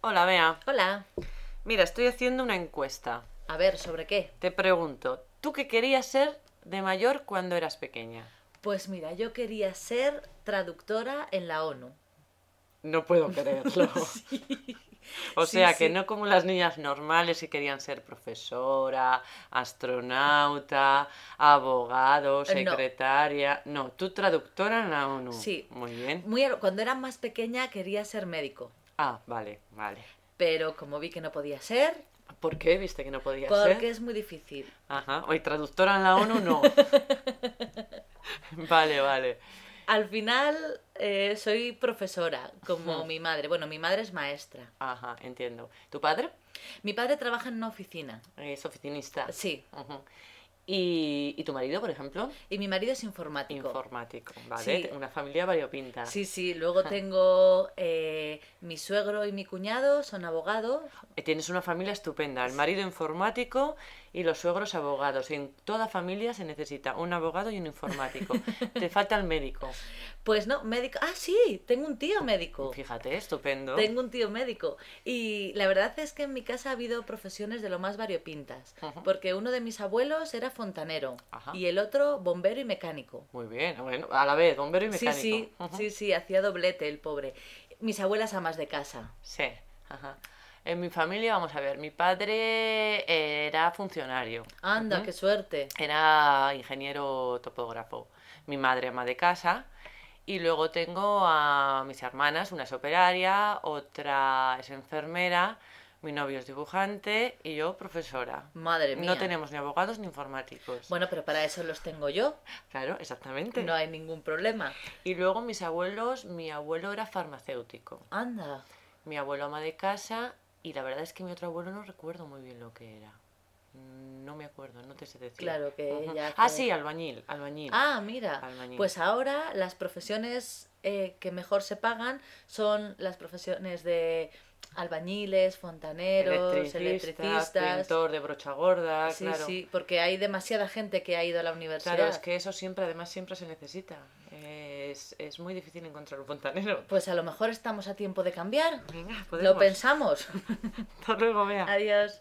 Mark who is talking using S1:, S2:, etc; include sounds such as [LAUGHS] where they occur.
S1: Hola, Bea.
S2: Hola.
S1: Mira, estoy haciendo una encuesta.
S2: A ver, ¿sobre qué?
S1: Te pregunto, ¿tú qué querías ser de mayor cuando eras pequeña?
S2: Pues mira, yo quería ser traductora en la ONU.
S1: No puedo [LAUGHS] creerlo. O
S2: Sí,
S1: sea
S2: sí.
S1: que no como las niñas normales que querían ser profesora, astronauta, abogado, secretaria. No, tú traductora en la ONU.
S2: Sí.
S1: Muy bien.
S2: Muy a- cuando era más pequeña quería ser médico,
S1: Ah, vale, vale.
S2: pero como vi que no podía ser,
S1: ¿Por qué viste que no podía
S2: porque
S1: ser?
S2: es muy difícil.
S1: Ajá. Hoy traductora en la ONU [LAUGHS] no. vale, vale.
S2: Al final eh, soy profesora, como mi madre. Bueno, mi madre es maestra.
S1: Ajá, entiendo. ¿Tu padre?
S2: Mi padre trabaja en una oficina.
S1: Es oficinista.
S2: Sí.
S1: Ujú. ¿Y, y tu marido, por ejemplo?
S2: Y mi marido es informático.
S1: Informático, ¿vale?
S2: Sí.
S1: Una familia variopinta.
S2: Sí, sí. Luego tengo eh, mi suegro y mi cuñado son abogados.
S1: Eh, Tienes una familia estupenda, el marido informático y los suegros abogados. En toda familia se necesita un abogado y un
S2: [LAUGHS]
S1: informático. Te falta el médico.
S2: Pues no, médico. Ah, sí, tengo un tío médico.
S1: Fíjate, estupendo.
S2: Tengo un tío médico. Y la verdad es que en mi casa ha habido profesiones de lo más variopintas.
S1: Ujú.
S2: Porque uno de mis abuelos era fontanero
S1: Ajá.
S2: y el otro bombero y mecánico.
S1: Muy bien, bueno, a la vez, bombero y mecánico.
S2: Sí, sí,
S1: Ujú.
S2: sí, sí, hacía doblete el pobre. Mis abuelas amas de casa.
S1: Sí, ajá. En mi familia, vamos a ver, mi padre era funcionario.
S2: Anda,
S1: Ujú.
S2: qué suerte.
S1: Era ingeniero topógrafo. Mi madre ama de casa. Y luego tengo a mis hermanas, una es operaria, otra es enfermera, mi novio es dibujante y yo profesora.
S2: Madre mía.
S1: No tenemos ni abogados ni informáticos.
S2: Bueno, pero para eso los tengo yo.
S1: Claro, exactamente.
S2: No hay ningún problema.
S1: Y luego mis abuelos, mi abuelo era farmacéutico,
S2: Anda.
S1: mi abuelo ama de casa y la verdad es que mi otro abuelo no recuerdo muy bien lo que era. No me acuerdo, no te sé decir.
S2: Claro que
S1: Ujú.
S2: ya
S1: Ah,
S2: fue-
S1: sí, albañil, albañil.
S2: Ah, mira.
S1: Albañil.
S2: Pues ahora las profesiones eh, que mejor se pagan son las profesiones de albañiles, fontaneros, electricistas.
S1: pintor de brocha gorda,
S2: sí,
S1: claro.
S2: sí, porque hay demasiada gente que ha ido a la universidad.
S1: Claro, es que eso siempre, además, siempre se necesita. Es, es muy difícil encontrar un fontanero. [LAUGHS]
S2: Pues a lo mejor estamos a tiempo de cambiar.
S1: Venga,
S2: Lo
S1: podemos. [LAUGHS]
S2: pensamos.
S1: Hasta luego, vea.
S2: Adiós.